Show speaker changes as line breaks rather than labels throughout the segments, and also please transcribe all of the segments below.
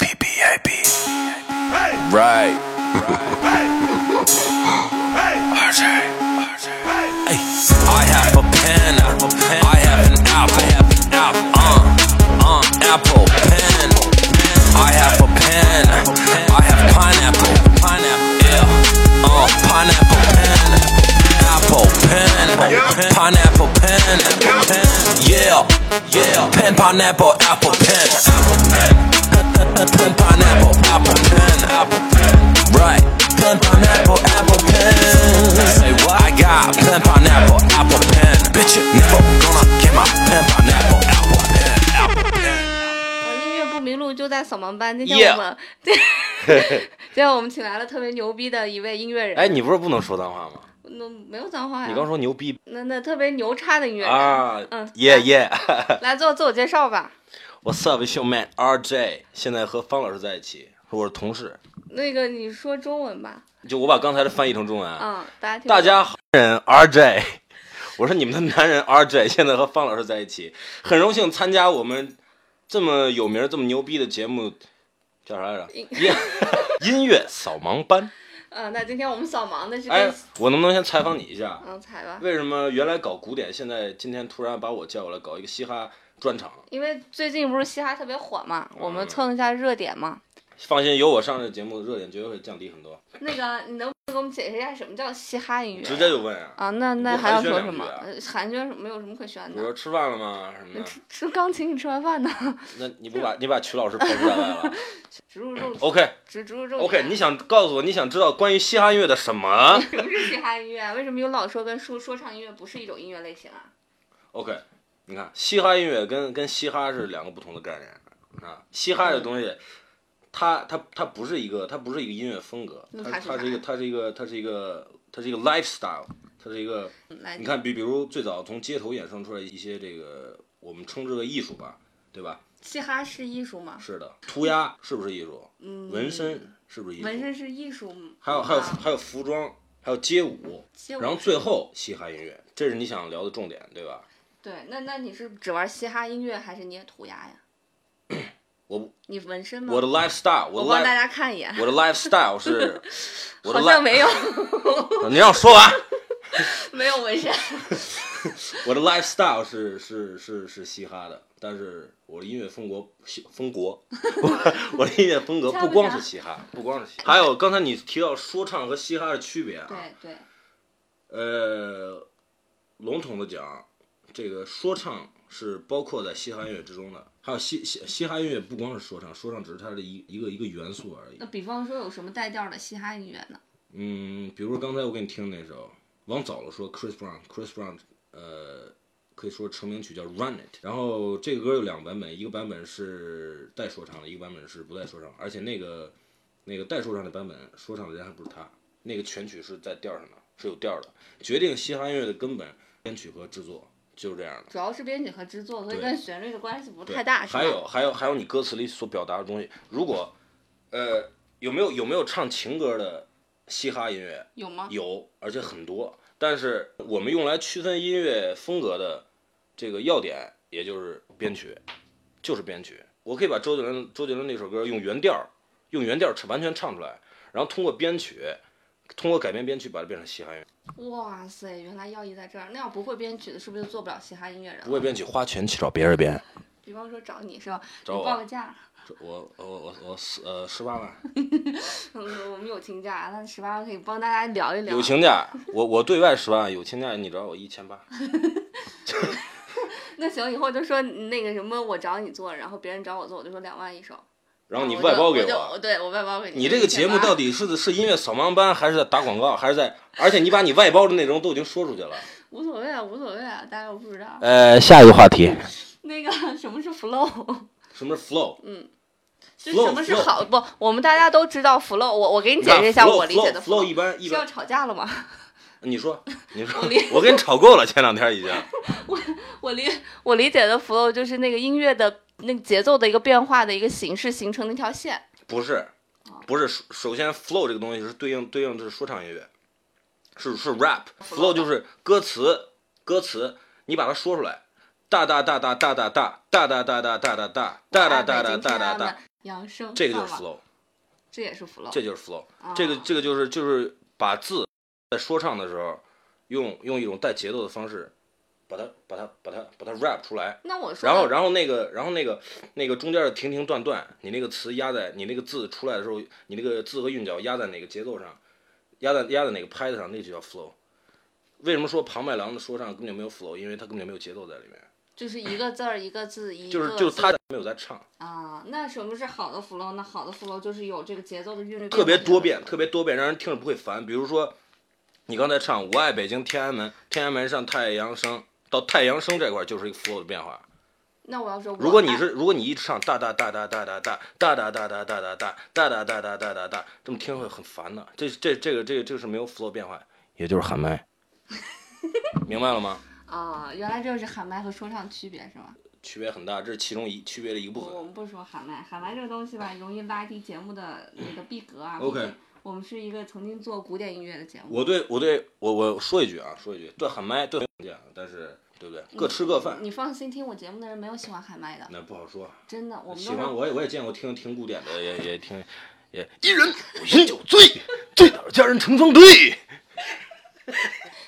B B A B，right，二 J，二 J，
I have a pen, I have an apple, apple, uh, uh, apple, pen. I have a pen, I have pineapple, pineapple, yeah, uh, pineapple pen, apple pen, pineapple pen, pen, yeah, yeah, pen, pineapple, apple pen, apple pen, pen, pen, pen, pineapple, apple pen, apple pen, right, pen, pineapple, apple pen. Say what? I got pen, pineapple, apple pen. Bitch, you never gonna get my pen, pineapple, apple pen, apple pen.
我音乐不迷路就在扫盲班。今天
Yeah
我们对， 今天我们请来了特别牛逼的一位音乐人。
哎，你不是不能说脏话吗？
那没有脏话呀。
你刚说牛逼
那那特别牛叉的音乐人，
啊
嗯，
耶耶
来做自我介绍吧。
！What's up, it's your man RJ？现在和方老师在一起，我是同事。
那个你说中文吧。
就我把刚才的翻译成中文啊，
嗯，大家听。
大。家好， 人 RJ，我是你们的男人 RJ，现在和方老师在一起，很荣幸参加我们这么有名、这么牛逼的节目，叫啥来着？
音
音 音乐扫盲班。
嗯，那今天我们扫盲的是
哎
跟，
我能不能先采访你一下？
嗯彩吧，
为什么原来搞古典，现在今天突然把我叫过来搞一个嘻哈专场？
因为最近不是嘻哈特别火嘛，我
嗯
们蹭一下热点嘛。
放心，有我上这节目，热点绝对会降低很多。
那个，你能不能给我们解释一下什么叫嘻哈音乐？
直接就问啊，
啊，那那
你
还
还
要
炫
说
两
什
句
么？
啊
呃寒暄没有什么可炫
我说
的。
吃饭了吗？什么的？
吃吃刚请你吃完饭呢，
那你不把你把曲老师抛出来了
植入肉
？OK
植植入肉
哦 OK，你想告诉我你想知道关于嘻哈音乐的什么
什么是嘻哈音乐啊？为什么有老说跟说说唱音乐不是一种音乐类型啊？
？OK，你看嘻哈音乐跟跟嘻哈是两个不同的概念啊。嘻哈这东西，它它它不是一个它不是一个音乐风格，
那
它
它是啥
它是一个它是一个它是一个它是一个 lifestyle，它是一个
来，
你看，比比如最早从街头衍生出来一些这个我们称之为艺术吧，对吧？
嘻哈是艺术吗？
是的，涂鸦是不是艺术？
嗯，
纹身是不是艺术？
纹身是艺术吗，啊
还有还有还有服装，还有街舞，
街舞
然后最后嘻哈音乐，这是你想聊的重点，对吧？
对，那那你是只玩嘻哈音乐还是你也涂鸦呀？
我不
你纹身吗？
我的 lifestyle，我
我帮
的
大
life
家看一眼，
我的 lifestyle 是我的
好像
life，
没有
你让我说啊完，
没有纹身。
我的 lifestyle 是是是是嘻哈的，但是我的音乐风格风格，我我的音乐风格
加
不
不
光
加
是嘻哈，不光是嘻哈，还有刚才你提到说唱和嘻哈的区别啊，
对对，
呃，笼统的讲，这个说唱是包括在嘻哈音乐之中的。还有嘻嘻嘻哈音乐不光是说唱，说唱只是它的一一个一个元素而已
那。比方说有什么带调的嘻哈音乐呢？
嗯，比如刚才我给你听那首，往早了说 Chris Brown，Chris Brown，呃，可以说成名曲叫 Run It。然后这个歌有两个版本，一个版本是带说唱的，一个版本是不带说唱。而且那个那个带说唱的版本，说唱的人还不是他，那个全曲是在调上的，是有调的。决定嘻哈音乐的根本，编曲和制作就是这样的。
主要是编曲和制作，所以
对
跟旋律的关系不
对
太大，是吧？
还有还有还有你歌词里所表达的东西，如果呃有没有有没有唱情歌的嘻哈音乐？
有吗？
有，而且很多。但是我们用来区分音乐风格的这个要点，也就是编曲，就是编曲。我可以把周杰伦周杰伦那首歌用原调儿，用原调儿唱完全唱出来，然后通过编曲，通过改编编曲把它变成嘻哈音乐。
哇塞，原来要义在这儿。那要不会编曲的，是不是就做不了嘻哈音乐人
不会
了？
编曲，花钱去找别人编。
比方说找你是吧？
找
你
我
报个价，
我我我我十呃十八万
嗯，我们有情价，那十八可以帮大家聊一聊。
友情价，我我对外十万，友情价你找我一千八。
那行，以后就说那个什么，我找你做，然后别人找我做，我就说两万一首。
然后你
我
外
就
包给
我就
我，
对我外包给你。
你这个节目到
底？
底是是音乐扫盲班，还是在打广告，还是在？而且你把你外包的内容都已经说出去了。
无所谓啊，无所谓啊，大家又不知道。
呃，下一个话题，
那个什么是 flow？
什么是 flow？
就
Flow，
什么是
flow
好不？我们大家都知道 flow，我我给你
你
解释一下我理解的
flow。flow 一般一
是要
般，
吵架了吗？
你说你说
我理，
我跟你吵够了，前两天已经。
我理我理解的 flow 就是那个音乐的那个节奏的一个变化的一个形式形成的一条线。
不是，不是，首首先 flow 这个东西是对应对应的是说唱音乐，是是 rap。flow 就是歌词，歌词你把它说出来，大大大大大大大大大大大大大大大大大大
啊
大大大，
扬声
这个就是
放网
flow，
这也是 flow，
这就是 flow，
啊
这个这个就是就是把字在说唱的时候，用用一种带节奏的方式，把它把它把它把它 rap 出来，
那我说
然
的，
后，然后那个，然后那个，那个中间的停停断断，你那个词压在你那个字出来的时候，你那个字和韵脚压在哪个节奏上，压在压在哪个拍子上，那就叫 flow。为什么说庞麦郎的说唱根本就没有 flow？因为他根本就没有节奏在里面，
就是一个字儿一个字一个
就是就是
字
他没有在唱，
啊，那什么是好的 flow 呢？好的 flow 就是有这个节奏的韵律，
特别多变，特别多变，让人听着不会烦。比如说，你刚才唱《我爱北京天安门》，天安门上太阳升，到太阳升这块儿就是一个 flow 的变化。
那我要说我爱，
如果你是如果你一直唱哒哒哒哒哒哒哒哒哒哒哒哒哒哒哒哒哒哒哒哒哒，这么听会很烦的。这这这个这个这个是没有 flow 变化，也就是喊麦，明白了吗？
啊，原来这就是喊麦和说唱区别是吗？
区别很大，这是其中一区别的一个部
我我
分。
们不说喊麦，喊麦这个东西吧，容易拉低节目的那个逼格啊。
OK
毕竟我们是一个曾经做古典音乐的节目。
我对我对我我说一句啊，说一句，对喊麦对很讲，但是对不对？各吃各饭，
你放心听我节目的人没有喜欢喊麦的，
那不好说。啊
真的，我们
喜
都
欢
是
我也我也见过听听古典的，也也听也一人 我饮酒醉，醉倒佳人成双对。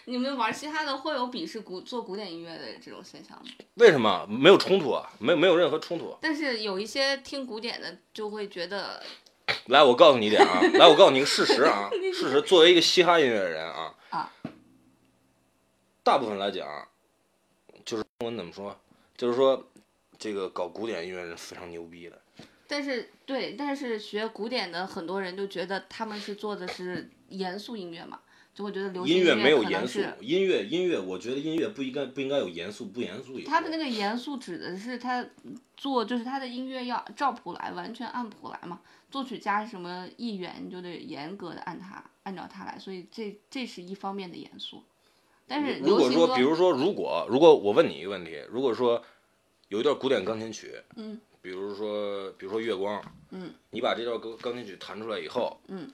你们玩嘻哈的会有鄙视古做古典音乐的这种现象吗？
为什么没有冲突啊？没有没有任何冲突。
但是有一些听古典的就会觉得，
来，我告诉你一点啊，来，我告诉你一个事实 啊，事实，作为一个嘻哈音乐人啊，
啊
大部分来讲，就是中文怎么说，就是说，这个搞古典音乐人非常牛逼的，
但是对，但是学古典的很多人就觉得他们是做的是严肃音乐嘛，就会觉得流行
音乐没有
可能
严肃
是，
音乐音乐，我觉得音乐不应该不应该有严肃不严肃有
他的那个严肃指的是他做，就是他的音乐要照谱来，完全按谱来嘛。作曲家什么意愿，你就得严格的按他按照他来，所以这这是一方面的严肃。但是嗯
如
流
果
行
说，
歌，
比如说，如果如果我问你一个问题，如果说有一段古典钢琴曲，
嗯，
比如说，比如说《月光》，
嗯，
你把这段钢钢琴曲弹出来以后，
嗯，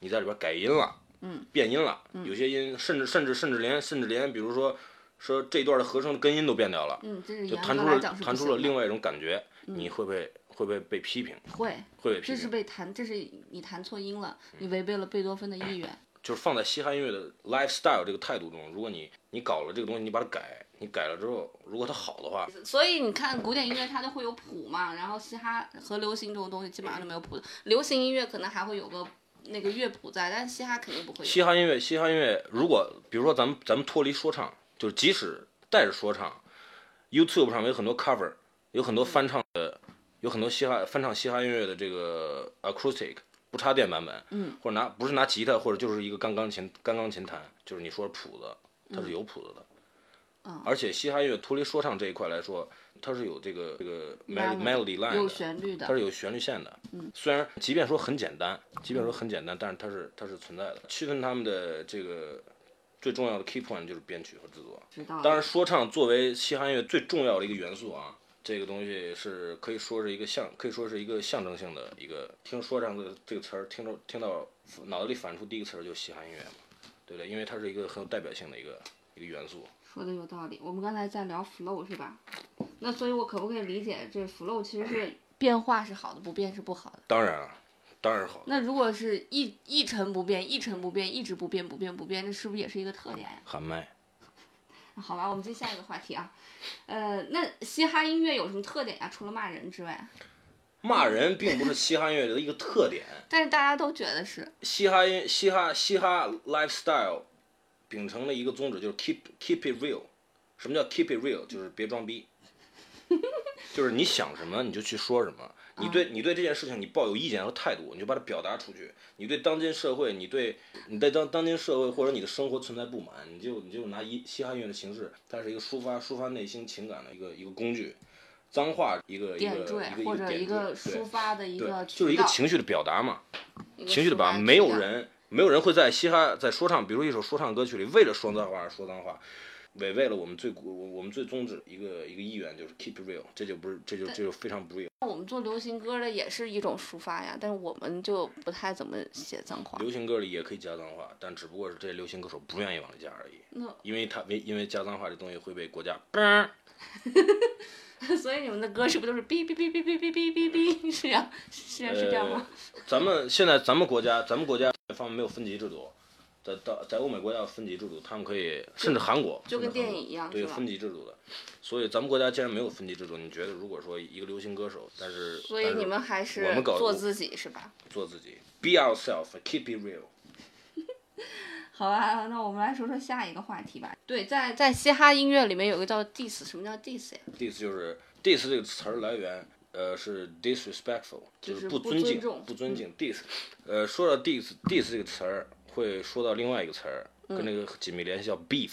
你在里边改音了，
嗯，
变音了，有些音甚至甚至甚至连甚至连，比如说说这段的和声的根音都变掉了，
嗯，这是
就
严格
弹出
来
了
讲是不
弹出
行
了
的
另外一种感觉，你会不会会不会被批评？
会，
会被批
这是
评？
被弹，这是你弹错音了，
嗯
你违背了贝多芬的意愿。
就是放在嘻哈音乐的 lifestyle 这个态度中，如果你你搞了这个东西，你把它改，你改了之后，如果它好的话，
所以你看，古典音乐它就会有谱嘛，然后嘻哈和流行这种东西基本上就没有谱的。流行音乐可能还会有个那个乐谱在，但是嘻哈肯定不会有。
嘻哈音乐，嘻哈音乐，如果比如说咱们咱们脱离说唱，就是即使带着说唱，YouTube 上有很多 cover，有
嗯
很多翻唱的，有很多嘻哈翻唱嘻哈音乐的这个 acoustic 不插电版本，
嗯，
或者拿不是拿吉他，或者就是一个钢钢琴钢钢琴弹，就是你说谱子，它是有谱子的。
嗯
而且嘻哈音乐脱离说唱这一块来说，它是有这个这个 mel- melody line
有
的，
旋律的
它，是有旋律线的。嗯，虽然即便说很简单，即便说很简单，但是它是它是存在的。区分他们的这个最重要的 key point 就是编曲和制作。
知道了。
当然，说唱作为嘻哈音乐最重要的一个元素啊，这个东西是可以说是一个象，可以说是一个象征性的一个。听说唱的这个词儿，听着听到脑子里反出第一个词儿就是嘻哈音乐嘛，对不对？因为它是一个很有代表性的一个一个元素。
说的有道理。我们刚才在聊 flow 是吧？那所以，我可不可以理解这 flow 其实是变化是好的，不变是不好的？
当然啊，当然好。
那如果是一一成不变，一成不变，一直不变，不变不变，这是不是也是一个特点呀、
喊麦。
好吧，我们接下一个话题啊。呃，那嘻哈音乐有什么特点呀、啊除了骂人之外，
骂人并不是嘻哈音乐的一个特点，
但是大家都觉得是
嘻哈音嘻哈嘻哈 lifestyle 秉承了一个宗旨，就是 keep keep it real。什么叫 keep it real？就是别装逼， 就是你想什么你就去说什么。你对
嗯
你对这件事情你抱有意见和态度，你就把它表达出去。你对当今社会，你对你对当当今社会或者你的生活存在不满，你就你就拿一嘻哈音乐的形式，它是一个抒发抒发内心情感的一个一个工具，脏话一个一
点
个
缀
一个
或者
一
一个
个点缀
抒发的一
对
个
对，
渠
就是一个
道
情绪的表达嘛。
一个
情绪的
抒
表
发
达，
渠
没有
道
人没有人会在嘻哈在说唱，比如一首说唱歌曲里，为了说脏话而说脏话，违背了我们最古我们最宗旨一个一个意愿，就是 keep it real，这就不是这就这就非常不 real。
我们做流行歌的也是一种抒发呀，但是我们就不太怎么写脏话。
流行歌里也可以加脏话，但只不过是这些流行歌手不愿意往里加而已，
那嗯
因为他为因为加脏话这东西会被国家，
所以你们的歌是不是都是哔哔哔哔哔哔哔哔哔？是这样，是是这样吗？
呃咱们现在咱们国家，咱们国家这方面没有分级制度，在到在欧美国家有分级制度，他们可以甚至韩国
就跟
甚至韩
电
国
影一样
对
是吧
分级制度的。所以咱们国家既然没有分级制度，你觉得如果说一个流行歌手，但是
所以
但是
你们还是
我们搞
做自己是吧？
做自己，be yourself，keep it real。
好吧，那我们来说说下一个话题吧。对，在在嘻哈音乐里面有个叫 diss，什么叫 diss 呀？
diss 就是 diss 这个词儿来源，呃，是 disrespectful，
就是是
不
不
尊
尊
敬
重，嗯
不尊敬 diss。呃，说到 diss，diss 这个词儿，会说到另外一个词儿，
嗯
跟那个紧密联系，叫 beef，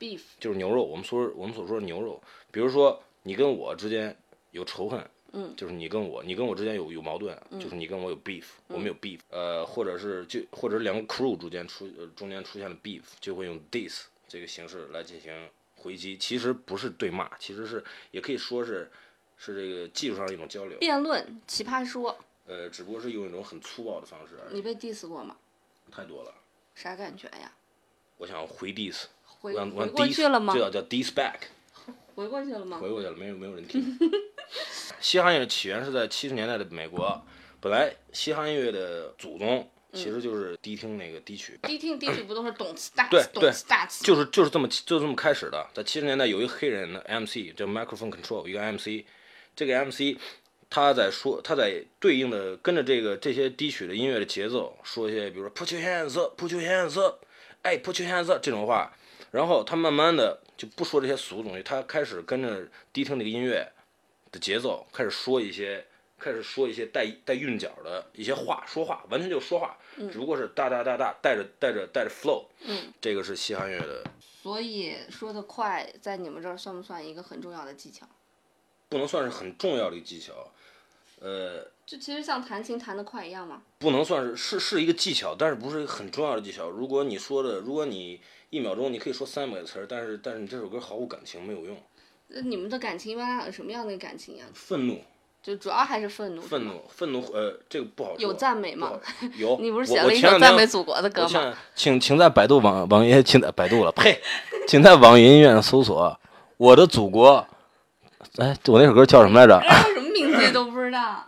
beef，
就是牛肉。我们所我们所说的牛肉，比如说你跟我之间有仇恨。
嗯
就是你跟我，你跟我之间有有矛盾，就是你跟我有 beef，、
嗯
我们有 beef，呃，或者是就或者两个 crew 之间出呃中间出现了 beef，就会用 diss 这个形式来进行回击。其实不是对骂，其实是也可以说是是这个技术上的一种交流，
辩论，奇葩说，
呃，只不过是用一种很粗暴的方式而
你
已。
被 diss 过吗？
太多了，
啥感觉呀？
我想回 diss，我
回
想我
回
想
过
diss，
去了吗
这？叫叫 diss back。
回过去了吗
回？过去了，没有没有人听。 嘻哈音乐起源是在七十年代的美国，本来嘻哈音乐的祖宗其实就是迪厅那个低曲，
迪厅迪曲不都是懂次大
对
次
对
懂次大次？
就是就是这么就这么开始的。在七十年代有一个黑人的 MC 叫 Microphone Control，一个 MC，这个 MC 他在说他在对应的跟着这个这些低曲的音乐的节奏说一些，比如说 Put your hands up，Put your hands up，哎，Put your hands up 这种话，然后他慢慢的就不说这些俗的东西，他开始跟着低听这个音乐的节奏开始说一些。开始说一些带带韵脚的一些话，说话完全就是说话，只不过是哒哒哒哒，带着带着带着 flow，这个是嘻哈音乐的，
所以说的快，在你们这儿算不算一个很重要的技巧？
不能算是很重要的一个技巧，呃，
就其实像弹琴弹得快一样嘛。
不能算是是是一个技巧，但是不是很重要的技巧。如果你说的，如果你一秒钟你可以说三百个词儿，但是但是你这首歌毫无感情，没有用。
那你们的感情一般有什么样的感情呀？
愤怒，
就主要还是愤怒。
愤。怒，愤怒，呃，这个不好说。
有赞美吗，
不好？有
你不是
我
写
我
了一
前
首
两
赞
天
美祖国的歌
我
吗？
想请请在百度网网页，请在百度了，呸，请在网易音乐上搜索《我的祖国》。哎，我那首歌叫什么来着？
叫哎什么名字都不知 道，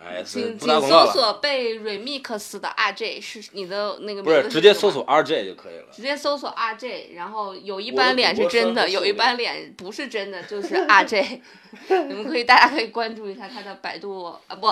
哎，
请
不
请
打广
搜
告了，
索被 remix 的 RJ 是你的那个
不
名字是
是直接
什么
搜，索 RJ 就可以了。
直接搜索 RJ，然后有一
我
半
的
脸是
祖国
真
山
的，
河
有
岁
一
月
半脸不是真的，就是 RJ。你们可以大家可以关注一下他的百度啊不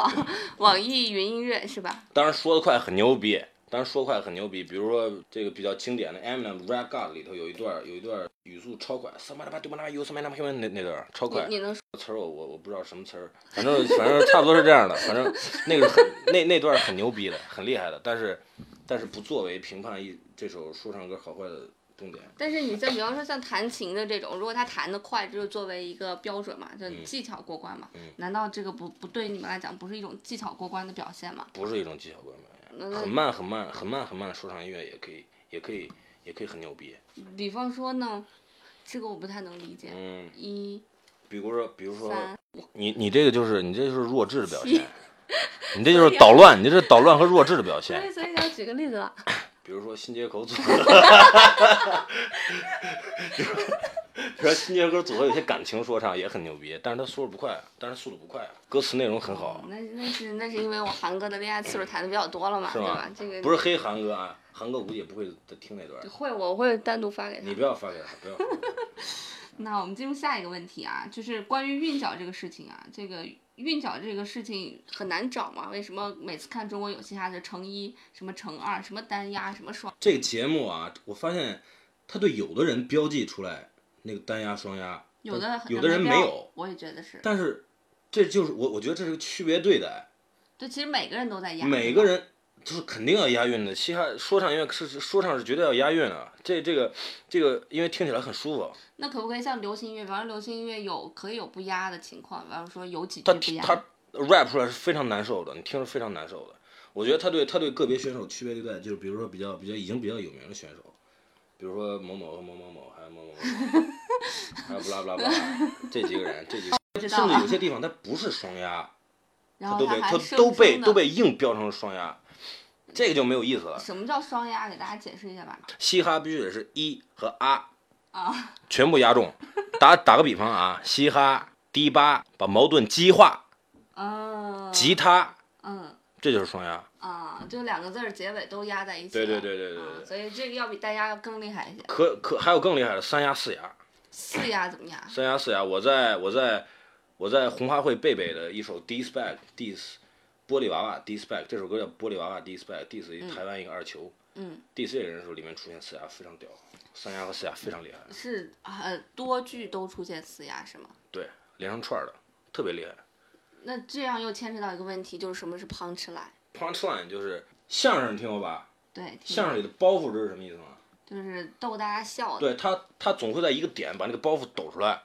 网易云音乐是吧？
当然说得快很牛逼，当然说得快很牛逼。比如说这个比较经典的 Eminem Rap God 里头有一段有一段语速超快，什么他妈他妈有什么他妈那那段超快
你你能
词儿我我我不知道什么词儿，反正反正差不多是这样的，反正那个很那那段很牛逼的，很厉害的，但是但是不作为评判一这首说唱歌好坏的重点。
但是你像比方说像弹琴的这种，如果他弹得快，就是作为一个标准嘛，
嗯
就技巧过关嘛。难道这个不不对你们来讲不是一种技巧过关的表现吗？
不是一种技巧观
那
表现，很慢很慢很慢很慢的说唱音乐也可以也可以也可以很牛逼，
比方说呢，这个我不太能理解。
嗯，
一
比如说比如说。
三，
你你这个就是你这就是弱智的表现， 你这就是捣乱，你这是捣乱和弱智的表
对，
现。
所以要举个例子了。
比如说新街口组合， 比如说新街口组合有些感情说唱也很牛逼，但是他说的不快，但是速度不快，歌词内容很好，
那那是那是因为我韩哥的恋爱次数谈的比较多了嘛，
是
对
吗
吧？这个
不是黑韩哥啊，韩哥估计也不会听那段，
会我会单独发给
你
他。
不要发给他，不要发给他。
那我们进入下一个问题啊，就是关于韵脚这个事情啊，这个韵脚这个事情很难找嘛？为什么每次看中国有嘻哈的乘一、什么乘二、什么单压、什么双，
这个节目啊，我发现他对有的人标记出来那个单压双压，
有的很
有的人没
标
有，
我也觉得是。
但是这就是我我觉得这是个区别对待。
对，其实每个人都在压，
每个人就是肯定要押韵的，嘻哈说唱音乐是是说唱是绝对要押韵啊。这这个这个，因为听起来很舒服。
那可不可以像流行音乐，比方说流行音乐有可以有不压的情况，比方说有几句
他
不压，
他 rap 出来是非常难受的，你听着非常难受的。我觉得他对他对个别选手区别对待，就是比如说比较比较已经比较有名的选手，比如说某某和某某某，还有某某某，还有不拉不拉不拉这几个人，这几个
知
人，
道
甚
了
至有些地方他不是双压，
然
他
后
都被
还
他
生
都被
生的
都被硬标成了双压，这个就没有意思了。
什么叫双压？给大家解释一下吧。
嘻哈必须得是一和啊，
啊，
全部压中。打打个比方啊，嘻哈、迪吧，把矛盾激化，
啊，
吉他，
嗯
这就是双压。
啊，就两个字儿结尾都压在一起
对
了。
对对对对
啊
对
所以这个要比单压要更厉害一些。
可可还有更厉害的三压四压，
四压怎么样？
三压四压。我在我在我在红花会贝贝的一首《Dis Back》Dis 玻璃娃娃 Dis Back 这首歌叫玻璃娃娃 Dis Back Dis 一台湾一个二球
嗯，
，Dis 这个人的时候里面出现四压非常屌，三压和四压非常厉害，
是很多剧都出现四压是吗？
对，连上串儿的特别厉害。
那这样又牵扯到一个问题，就是什么是 punch line？
Punchline 就是相声，你听过吧？
对，听
相声里的包袱这是什么意思吗？
就是逗大家笑的。
对他，他总会在一个点把那个包袱抖出来，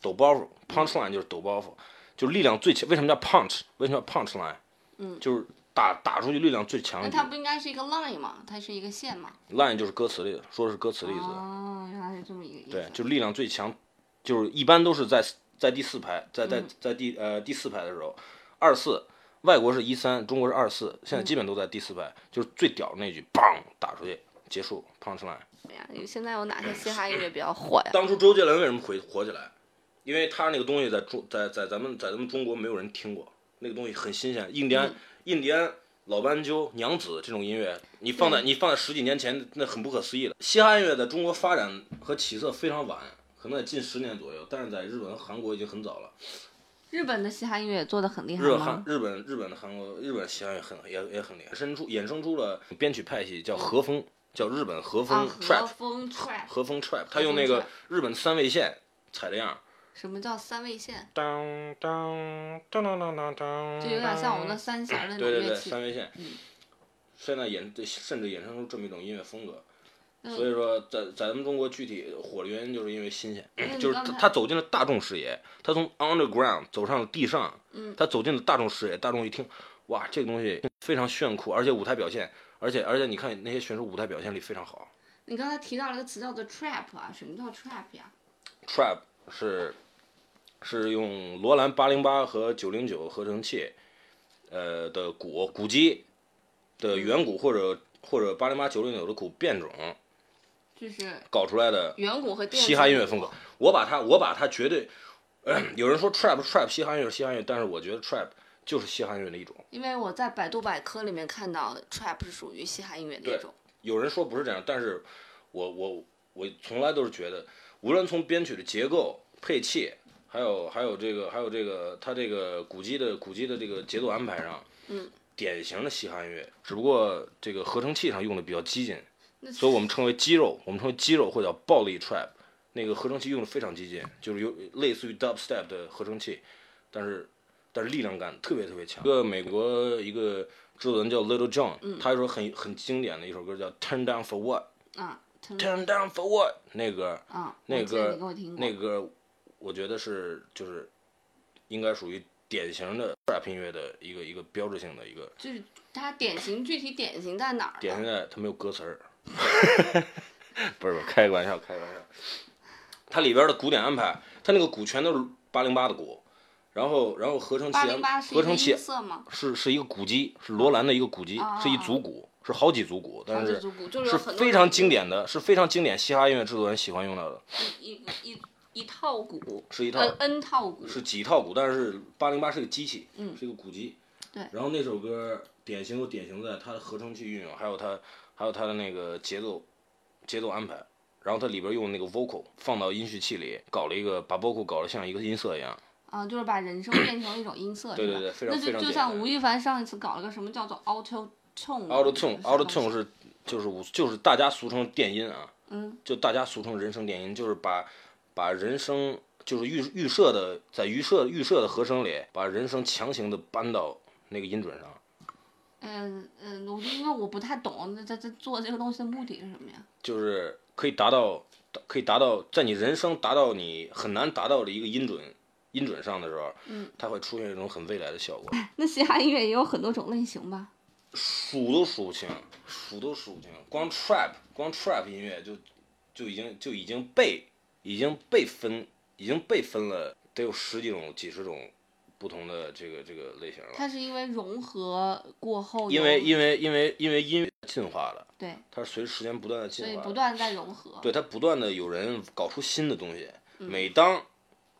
抖包袱，punchline 就是抖包袱，就力量最强。为什么叫 punch？为什么叫 punchline？
嗯
就是打打出去力量最强
那
一
它
句。
不应该是一个 line 吗？它是一个线吗？
line 就是歌词里的，说是歌词的意思。
哦，原来是这么一个意思。
对，就是力量最强，就是一般都是在在第四排，在在
嗯
在第呃第四排的时候，二四。外国是一三，中国是二四，
嗯
现在基本都在第四排，就是最屌的那句，梆打出去，结束，punchline。
怎么样？有哎现在有哪些嘻哈音乐比较火呀？
当初周杰伦为什么回火起来？因为他那个东西在中在在咱们在咱们中国没有人听过，那个东西很新鲜。印第安、印第安老斑鸠、娘子这种音乐，你放在你放在十几年前，那很不可思议了。嘻哈音乐在中国发展和起色非常晚，可能在近十年左右，但是在日本、韩国已经很早了。
日本的嘻哈音乐也做的很厉害
日本韩
吗？
日本日本的韩国日本嘻哈也很也也很厉害，生出衍生出了编曲派系叫和风，叫日本和风
啊，和
trap
风 trap。
和风 trap，他用那个
trap
日本三味线采的样儿。
什么叫三味
嗯
线？
当当当当当当当，
就有点像我们的三弦儿那种
嗯对对对
乐器。
三味线
嗯，
现在衍甚至衍生出这么一种音乐风格。
嗯
所以说，在在咱们中国具体火的原因，就是因为新鲜，
哎那你
就是
刚
他
才
他走进了大众视野，他从 underground 走上了地上，
嗯
他走进了大众视野，大众一听，哇，这个东西非常炫酷，而且舞台表现，而且而且你看那些选手舞台表现力非常好
你刚才提到了一个词叫做 trap 啊，什么叫 trap 呀？
，trap 是是用罗兰八零八和九零九合成器，呃的鼓鼓机的远鼓或者或者八零八九零九的鼓变种
就是
搞出来的
远古和电子
嘻哈音乐风格。我把它，我把它绝对， 有人说 trap trap 嘻哈音乐是嘻哈音乐，但是我觉得 trap 就是嘻哈音乐的一种。
因为我在百度百科里面看到 trap 是属于嘻哈音乐的一种。
有人说不是这样，但是我我我从来都是觉得，无论从编曲的结构、配器，还有还有这个还有这个它这个古机的古机的这个节奏安排上，
嗯，
典型的嘻哈音乐，只不过这个合成器上用的比较激进，
那
所以我们称为肌肉，我们称为肌肉或者叫暴力 trap。那个合成器用的非常激进，就是有类似于 dubstep 的合成器，但是但是力量感特别特别强。一个美国一个制作人叫 Little John，、他有一首很很经典的一首歌叫 Turn Down for What，Turn
啊，听
Down for What 那歌、
啊，
那
我记得
个
你给我听过
那个，我觉得是就是应该属于典型的 rap 音乐的一个一个标志性的一个
就是它典型，具体典型在哪儿呢？
典型的，它没有歌词儿，不是不是，开个玩笑，开个玩笑。它里边的鼓点安排，它那个鼓全都是八零八的鼓，然后然后合成器
八零八是一
合
个
成器
音色吗？
是是一个鼓机，是罗兰的一个鼓机，
啊
是一组鼓，是好几组鼓，但
好
是
几组鼓就是
是
有很多
非常经典的，是非常经典嘻哈音乐制作人喜欢用到的，
一一一一套鼓，
是一套
呃 n 套鼓，
是几套鼓，但是八零八是个机器，
嗯
是一个鼓机。
对
然后那首歌典型有典型在它的合成器运用，还有它还有它的那个节奏节奏安排，然后它里边用那个 vocal 放到音序器里，搞了一个把 vocal 搞得像一个音色一样。
啊，就是把人声变成一种音色，
对
是
对
吧
对非常非
那就
常
就
简
像
单
吴亦凡上一次搞了个什么叫做 auto tune
auto tune auto tune
嗯是
是就是我就是大家俗称电音啊，
嗯，
就大家俗称人声电音，就是把把人声就是预预设的在预设预设的和声里，把人声强行的搬到那个音准上。
嗯嗯，我就因为我不太懂，那这这做这个东西的目的是什么呀？
就是可以达到，可以达到在你人生达到你很难达到的一个音准音准上的时候，
嗯，
它会出现一种很未来的效果，
那嘻哈音乐也有很多种类型吧？
数都数不清，数都数不清。光 trap 光 trap 音乐就就已经就已经被已经被分已经被分了得有十几种几十种不同的这个这个类型了。
它是因为融合过后有，
因为因为因为因为音乐进化的，
对，
它是随着时间不断的进
所以
化的
不断在融合。
对它不断的有人搞出新的东西。
嗯
每当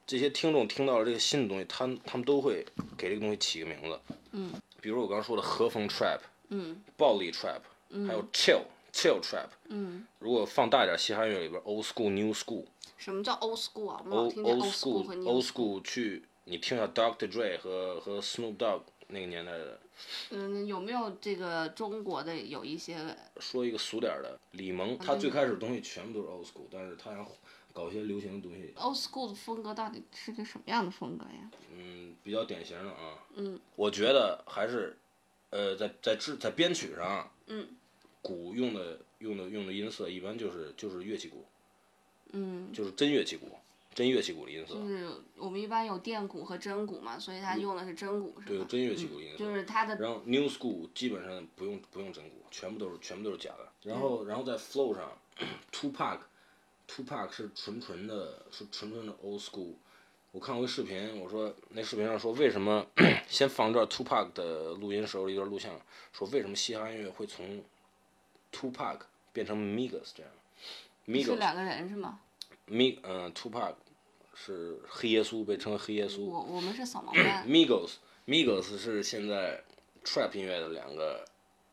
这些听众听到了这个新的东西，他们他们都会给这个东西起个名字。
嗯，
比如我刚刚说的和风 trap、
嗯
暴力 trap，还有 chill chill trap。
嗯，
如果放大一点，嘻哈乐里边 old school new school。
什么叫 old school 啊？我们老
old
听见
old
school 和 new
old school 去，你听一下 Dr. Dre 和和 Snoop Dogg 那个年代的，
嗯，有没有这个中国的有一些
说一个俗点儿的，李萌，他
对
最开始的东西全部都是 old school，但是他想搞一些流行的东西，
old school 的风格到底是个什么样的风格呀？
嗯，比较典型的啊，
嗯，
我觉得还是，呃，在在制在编曲上，啊
嗯，
鼓用的用的用的音色一般就是就是乐器鼓，
嗯，
就是真乐器鼓，真乐器鼓的音色，
就是我们一般有电鼓和真鼓嘛，所以它用的是真鼓是
嗯对，
吧？
真乐器鼓的音色，
就是它的
然后 new school 基本上不用不用真鼓，全部都是全部都是假的。然后
嗯
然后在 flow 上 ，Tupac Tupac 是纯纯的是纯纯的 old school。我看过一视频，我说那视频上说为什么 先放一段 Tupac 的录音时候的一段录像，说为什么嘻哈音乐会从 Tupac 变成 Migos 这样
是
？Migos
两个人是吗？
Mig 嗯、Tupac 是黑耶稣，被称为黑耶稣。
我我们是扫盲
嗯
班，
Migos Migos 是现在 trap 音乐的两个，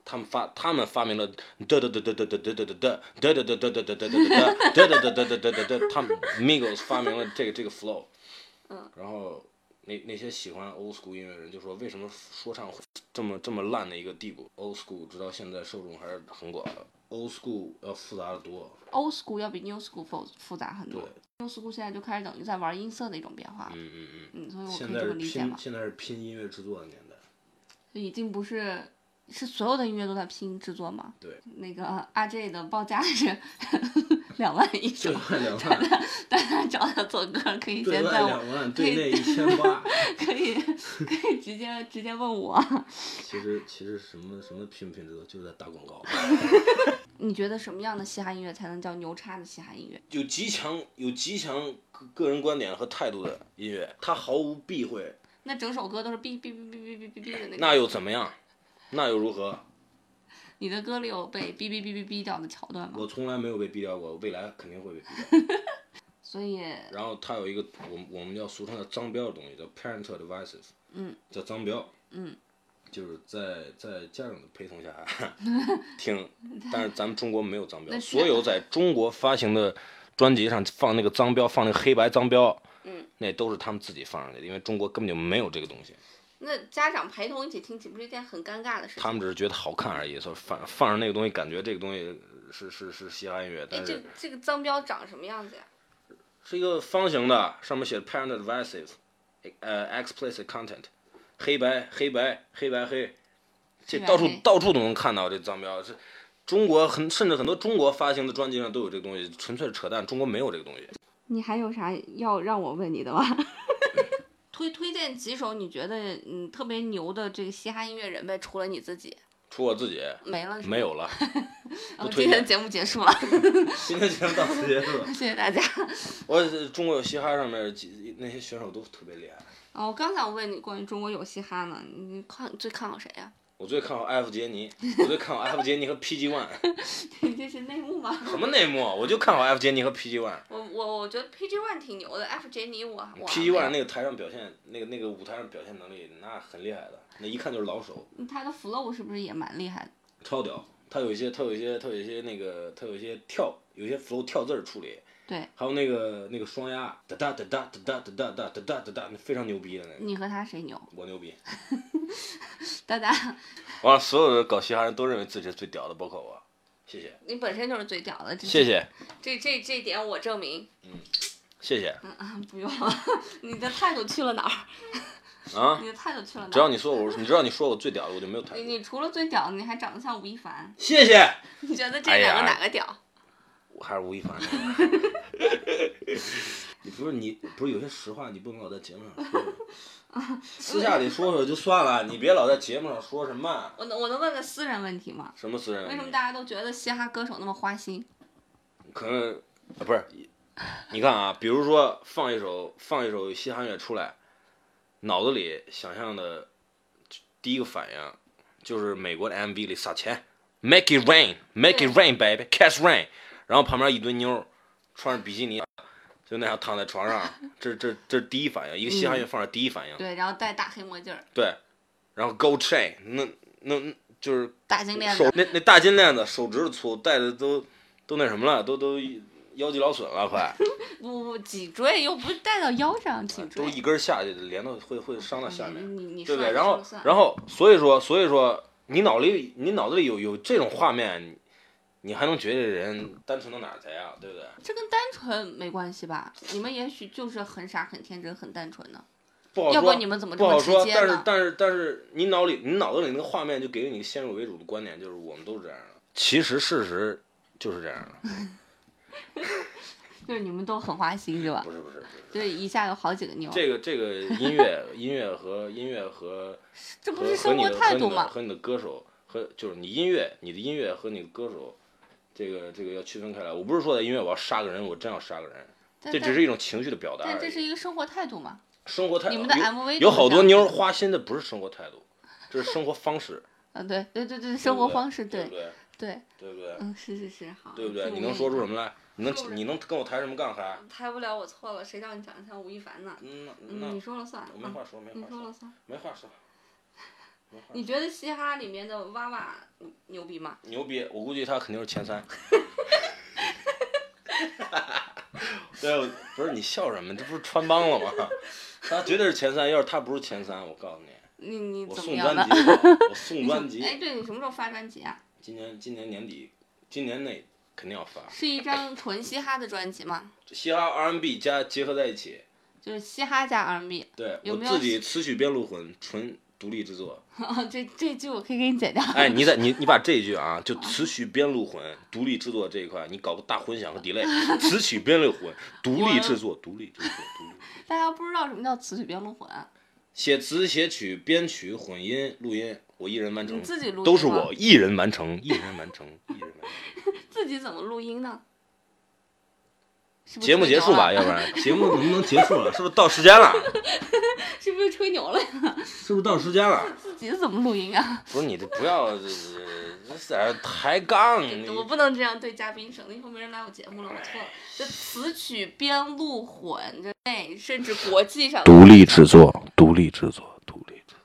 他们发他们发明了哒哒哒哒哒哒哒哒哒哒哒哒哒哒哒哒哒哒哒哒哒哒哒哒，他们 Migos 发明了这个这个 flow，然后那那些喜欢 old school 音乐人就说为什么说唱会这么这么烂的一个地步？old school 直到现在受众还是很广的，old school 要复杂的多，
old school 要比 new school 复复杂很
对
多。，new school 现在就开始等于在玩音色的一种变化了，
嗯嗯嗯。
嗯，所以我可
现
以
在
这么
是
理解
拼
嘛，
现在是拼音乐制作的年代，
就已经不是是所有的音乐都在拼制作嘛。
对，
那个阿 J 的报价是 两万一首
对，，两万。
大家找他做歌可以
对
先
外
在
两
我
万，
可
对
以
内一千八。
可以可以直接直接问我。
其实其实什么什么拼不拼制作，就是在打广告。
你觉得什么样的嘻哈音乐才能叫牛叉的嘻哈音乐？
有极强有极强个个人观点和态度的音乐，他毫无避讳，
那整首歌都是哔哔哔哔哔哔哔哔的那
那
个。
又怎么样？那又如何？
你的歌里有被哔哔哔哔哔掉的桥段吗？
我从来没有被逼掉过，未来肯定会被逼掉。
所以，
然后他有一个我们我们要俗称的脏标的东西，叫 parent advices，
嗯，
叫脏标，
嗯，
就是在在家长的陪同下 听，但是咱们中国没有脏标，
那
所有在中国发行的专辑上放那个脏标，放那个黑白脏标，
嗯，
那都是他们自己放上去的，因为中国根本就没有这个东西，
那家长陪同一起听，岂不是一件很尴尬的事
他
情？
们只是觉得好看而已，所以放放上那个东西，感觉这个东西是是是嘻哈音乐，
哎，
但
这
是
这个脏标长什么样子呀？
是一个方形的，上面写着 parent advices，呃 explicit content，黑白黑白黑白黑，这
黑白
到处
黑
到处都能看到这脏标。这中国很甚至很多中国发行的专辑上都有这个东西，纯粹是扯淡。中国没有这个东西。
你还有啥要让我问你的吗？ 推推荐几首你觉得嗯特别牛的这个嘻哈音乐人呗，除了你自己
除我自己
没了是吗
没 有了。
然后今
推荐
天的节目结束了，
今天节目到此结束了。
谢谢大家。
我中国有嘻哈上面几那些选手都特别厉害。
哦，我刚想问你关于中国有嘻哈呢，你看最看好谁啊呀、
我最看好艾弗杰尼，我最看好艾弗杰尼和 PG One。
你 这是内幕吗？
什么内幕啊？我就看好艾弗杰尼和 PG One。
我我我觉得 PG One 挺牛的，F J 你我我
P 1 One
那
那个台上表现，那个那个舞台上表现能力，那很厉害的，那一看就是老手，
他的 flow 是不是也蛮厉害的？
超屌。他有一些，他有一些，他有一些那个，他有一些跳，有一些 flow 跳字儿处理，
对
还有那个那个双压哒哒哒哒哒哒哒哒哒哒哒哒，那非常牛逼的那个，
你和他谁牛？
我 牛逼。
大家，
完了，所有的搞嘻哈人都认为自己是最屌的，包括我。谢谢，
你本身就是最屌的，这
谢谢，
这这这点我证明。
谢谢
嗯啊，不用了， 你的态度去了哪儿？
啊
你！的态度去了哪儿？
只要你说我，你知道你说我最屌的，我就没有态
你
度。
你除了最屌，你还长得像吴亦凡，
谢谢，
你觉得这
哎呀
两个哪个屌？
我还是吴亦凡。 你不是你不是有些实话你不能老在节目上说， 私下里说说就算了，你别老在节目上说什么
我能我能问个私人问题吗？
什么私人
为
问
什么
题，
大家都觉得嘻哈歌手那么花心？
可能啊不是，你看啊，比如说放一首放一首嘻哈乐出来，脑子里想象的第一个反应就是美国的 MV 里撒钱， Make it rain, make
对
it rain, baby, catch rain。然后旁边一堆妞儿穿着比基尼，就那样躺在床上，这这这是第一反应，一个嘻哈乐放是第一反应。
嗯对，然后戴大黑墨镜儿，
对，然后 gold chain，那那就是
大金链
手
子，
那那大金链子，手指头粗，戴的都都那什么了，都都腰肌劳损了， 快，
不不，脊椎又不是戴到腰上，脊
都
椎
一根下去连到会会伤到下面。
你嗯你说
对不对？然后，
后
然后，所以说，所以说，你脑里你脑子里有有这种画面，你你还能觉得这人单纯到哪儿去啊？对不对？
这跟单纯没关系吧？你们也许就是很傻、很天真、很单纯呢。
不好说，
要不然你们怎么这
不
么
好说
直？接
但是
呢
但是但是，你脑里你脑子里那个画面就给你先入为主的观点，就是我们都是这样的。其实事实就是这样的，
就是你们都很花心是吧
不？是不是 不是。
对，一下有好几个妞，
这个这个音乐音乐和音乐和
这
和
不是
和
生
你
活
的
态
和你
度
的
吗？
和你的歌手和就是你音乐你的音乐和你的歌手，这个这个要区分开来。我不是说在音乐我要杀个人，我真要杀个人，
但
这只是一种情绪的表达
但
而
这是
已。
一个生活态度嘛？
生活态度，
你们的
有
MV 都
有
是
好
这
多
样
妞儿
子
花心的不是生活态度，这是生活方式，
嗯，对对对对，生活方式，
对不
对
对？
对，
对不对？
嗯，是是是，好，
对不
祝
对？
我
你能
妹
说出
妹
什么来？你能
祝我
你能跟我抬什么杠还？
抬不了，我错了，谁让你长得像吴亦凡呢？
嗯，那
嗯，你
那
说了算，
我没
嗯
话说，没
你
话
说了
说，
算。
没话说。没话
你觉得嘻哈里面的娃娃牛逼吗？
牛逼！我估计他肯定是前三。对，我不是你笑什么？这不是穿帮了吗？他绝对是前三，要是他不是前三，我告诉你，
你你
我
怎么
送
样呢
专？辑 了，我送
你
专
怎么哎，
辑。
对你什么时候发专辑啊？
今年今年年底，今年内肯定要发。
是一张纯嘻哈的专辑吗？
嘻哈 R&B 加结合在一起，
就是嘻哈加 R&B，
对
有
我
没有
自己词曲编录混，纯独立制作。
哦，这这句我可以给你剪掉。
哎，你在你你把这一句啊，就词曲编录混、独立制作这一块，你搞个大混响和 delay，词曲编录混、独立制作、独立制作、独立。
大家不知道什么叫词曲编录混，啊
写词、写曲、编曲、混音、录音，我一人完成
你，自己录
嗯都是
音吗
我一人完成，一人完成，一人完成。
自己怎么录音呢？是 不是啊
节目
吹
结
牛
束吧，
了
要不然节目能不能结束了？是不是到时间了？
是不是吹牛了？
是不是到时间了？
自己怎么录音啊？
不是你这不要这这在这抬杠，你
我不能这样对嘉宾，省得以后没人来我节目了。我错了，这词曲编录混，这哎，甚至国际上
独立制作、独立制作、独立制作，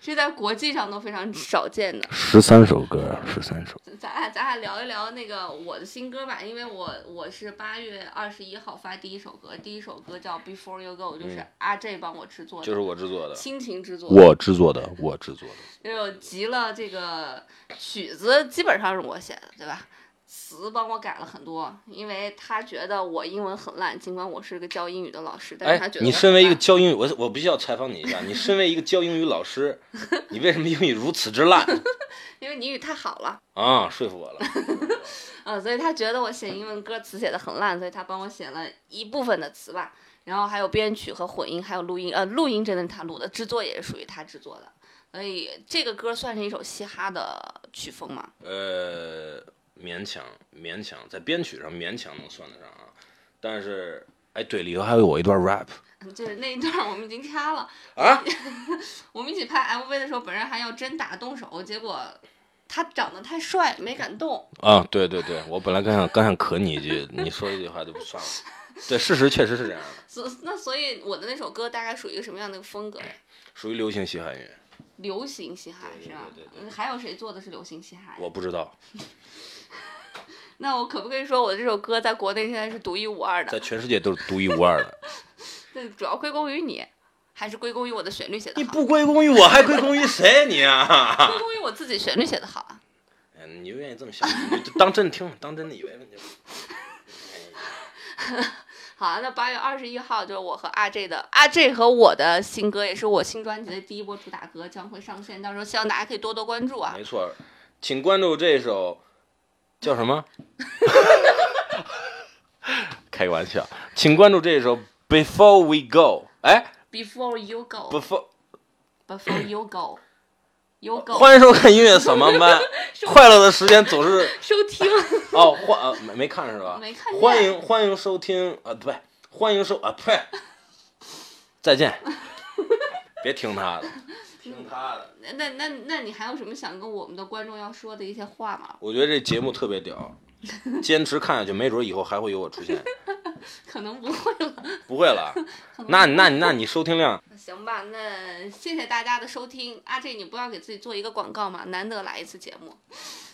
是在国际上都非常少见的。
十三首歌，十三首。
咱俩咱俩聊一聊那个我的新歌吧，因为我我是八月二十一号发第一首歌，第一首歌叫《Before You Go》，就是阿 J 帮我制作的，
嗯就是我制作的，
亲情制作。
我制作的，我制作的。
就集了这个曲子，基本上是我写的，对吧？词帮我改了很多，因为他觉得我英文很烂，尽管我是个教英语的老师，但是他
哎
觉，得
你
我
身
很
为一个
烂
教英语，我我必须要采访你一下。你身为一个教英语老师，你为什么英语如此之烂
因为你英语太好了，
啊？说服我了。
嗯，所以他觉得我写英文歌词写的很烂，所以他帮我写了一部分的词吧，然后还有编曲和混音，还有录音，呃，录音真的是他录的，制作也是属于他制作的，所以这个歌算是一首嘻哈的曲风嘛，
呃，勉强勉强在编曲上勉强能算得上啊，但是哎，对，里头还有我一段 rap
就是那一段我们已经掐了。
啊，
我们一起拍 MV 的时候，本人还要真打动手，结果他长得太帅，没敢动。
啊，对对对，我本来刚想刚想咳你一句，你说这句话就不算了。对，事实确实是这样的，
所那所以我的那首歌大概属于一个什么样的一个风格呀？
属于流行嘻哈音乐，
流行嘻哈
对
是吧？
对对对
嗯还有谁做的是流行嘻哈呀？
我不知道，
那我可不可以说我这首歌在国内现在是独一无二
在
的？
全世界都是独一无二的。
这主要归功于你，还是归功于我的旋律写
你
的好？
不归功于我，还归功于谁你啊？
归功于我自己旋律写的好啊。
嗯，你就愿意这么想，你就当真听，当真的以为问题。
好啊，那八月二十一号就是我和阿 J 的阿 J 和我的新歌，也是我新专辑的第一波主打歌，将会上线，到时候希望大家可以多多关注啊。
没错，请关注这首叫什么？ 开个玩笑，请关注这首《Before We Go》。哎
Before you go，
，Before，
Before you go, you go，
欢迎收看音乐扫盲 班。快乐的时间总是
收听
哦，欢呃没没看是吧？
没看见
欢迎欢迎收听啊，对，欢迎收啊 呸，再见。别听他的，听他的。
那那那你还有什么想跟我们的观众要说的一些话吗？
我觉得这节目特别屌，坚持看下去，没准以后还会有我出现。
可能不会了。
不会了，那那那你收听量，
行吧，那谢谢大家的收听。阿 J，你不要给自己做一个广告嘛，难得来一次节目。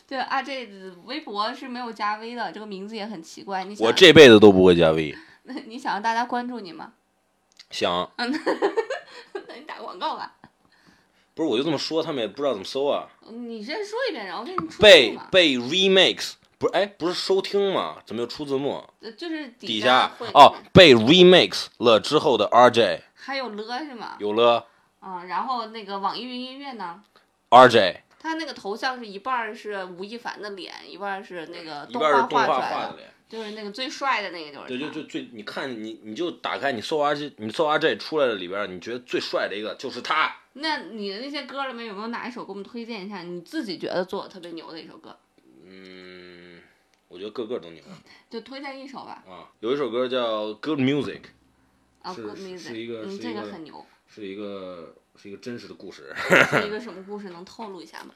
对，阿 J 的微博是没有加 V 的，这个名字也很奇怪。你想
我这辈子都不会加 V。
你想让大家关注你吗？
想，
那你打广告吧。
不是我就这么说，他们也不知道怎么搜啊。
嗯你先说一遍，然后给你出字
被
嘛。
被 remix 不是哎不是收听吗？怎么又出字幕？
呃就是
底
下
下
会
哦被 remix 了之后的 RJ
还有了是吗？
有了
啊、然后那个网易云音乐呢，
RJ
它那个头像是一半儿是吴亦凡的脸，一半儿是那个
一
动
半是动
画
画
出来
画的
的，
脸，
就是那个最帅的那个就是
对就
他
就最你看你你就打开你搜 RJ 你搜 RJ 出来的里边，你觉得最帅的一个就是他。
那你的那些歌里面有没有哪一首给我们推荐一下？你自己觉得做的特别牛的一首歌，
嗯，我觉得个个都牛
就推荐一首吧。
啊。有一首歌叫 Good Music，
啊
是
，Good
是
Music，
是一个
嗯，
是
这
一
个
个
很 牛。
是一个是一个真实的故事。
是一个什么故事？能透露一下吗？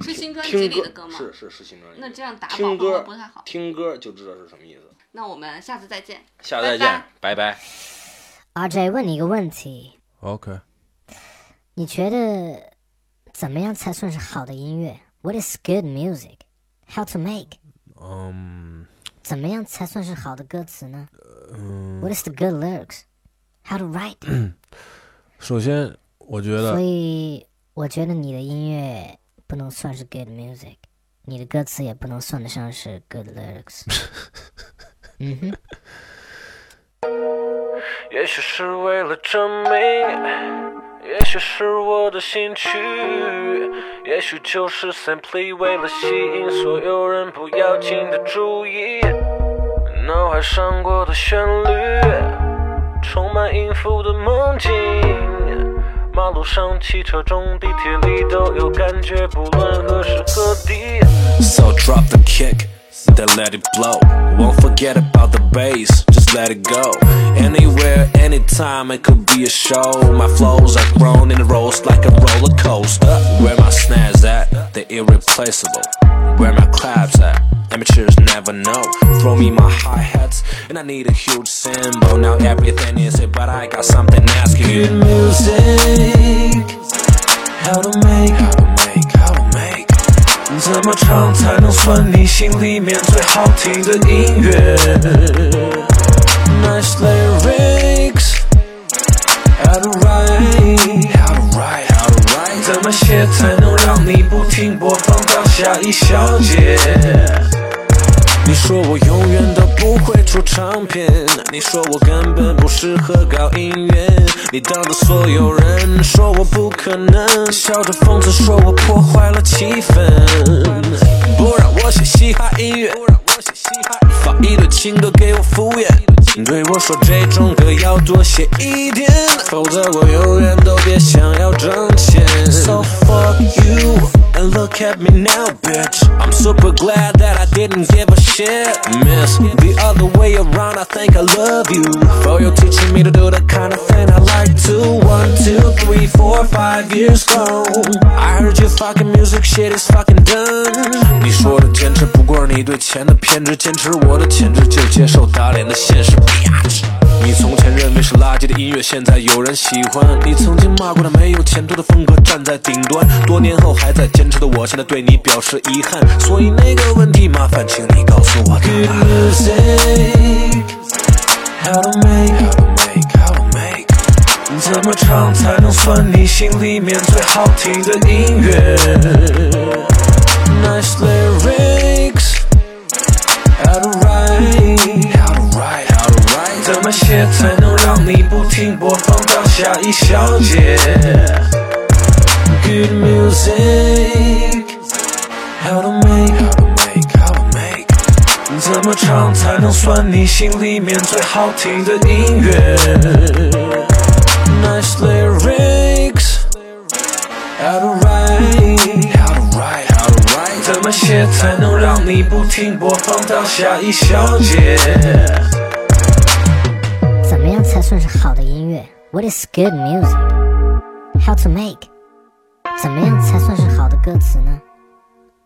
是新专辑
听
里的歌吗？
是是是新专辑。
那这样打
听
广
歌
告不太好。
听歌就知道是什么意思。
那我们下次再见。
下次再见，拜拜
RJ 问你一个问题，
Okay.
你觉得怎么样才算是好的音乐？What is good music? How to make?
Um.
怎么样才算是好的歌词呢、w h a t is the good lyrics? How to write?
首先，我觉
所
得
以我觉得你的音乐不能算是 good music，你的歌词也不能算得上是 good lyrics。嗯哼。
也许是为了证明，也许是我的兴趣，也许就是 simply 为了吸引所有人不要紧的注意。脑海闪过的旋律，充满音符的梦境。马路上、汽车中、地铁里都有感觉，不论何时何地。
So drop the kick, then let it blow. Won't forget about the bass, just let it go. Anywhere, anytime, it could be a show. My flows are grown and rolls like a roller coaster. Where my snares at, they're irreplaceable. Where my claps at, amateurs never know. Throw me my hi hats, and I need a huge symbol. Now everything is it, but I got something asking you.
music，how to make。
How to make, how to make.
怎么唱才能算你心里面最好听的音乐？Nice lyrics, how to write，
How to write, how to write.
怎么写才能让你不停播放到下一小节？
你说我永远都不会出唱片，你说我根本不适合搞音乐，你当着所有人说我不可能，笑着疯子说我破坏了气氛，不让我写嘻哈音乐，发一堆情歌给我敷衍，对我说这种歌要多写一点，否则我永远都别想要挣钱。So fuck you and look at me now, bitch. I'm super glad that I didn't give a shit, miss. The other way around, I think I love you. For you teaching me to do the kind of thing I like to. One, two, three, four, five years gone. I heard your fucking music shit is fucking done. 你说的坚持不过是你对钱的偏执，坚持我的潜质就接受打脸的现实。bitch 你从前认为是垃圾的音乐，现在有人喜欢。你曾经骂过的没有前途的风格，站在顶端。多年后还在坚持的我，现在对你表示遗憾。所以那个问题，麻烦请你告诉我答
Good
案。
music, how to make，
How to make, how to make,
怎么唱才能算你心里面最好听的音乐？Nice lyrics, how to write。
how to write, how to write.
怎么写才能让你不停播放到下一小节？Good music, how to make，
How to make, how to make.
怎么唱才能算你心里面最好听的音乐？Nice lyrics, how to write，
How to write, how to write.
怎么写才能让你不停播放到下一小节？
怎么样才算是好的音乐？What is good music? How to make? 怎么样才算是好的歌词呢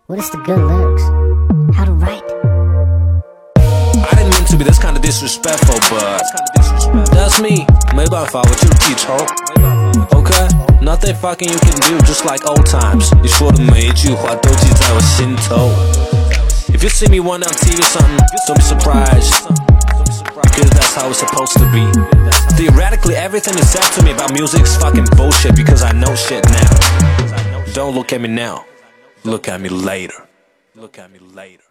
？What is the good lyrics? How to write?
I didn't mean to be this kind of disrespectful, but that's me. 没办法，我就是记仇。Okay, nothing fucking you can do, just like old times. 你说的每一句话都记在我心头。If you see me one on TV, son, don't be surprised. Cause that's how it's supposed to be. Theoretically, everything is said to me about music's fucking bullshit because I know shit now. Don't look at me now. Look at me later. Look at me later.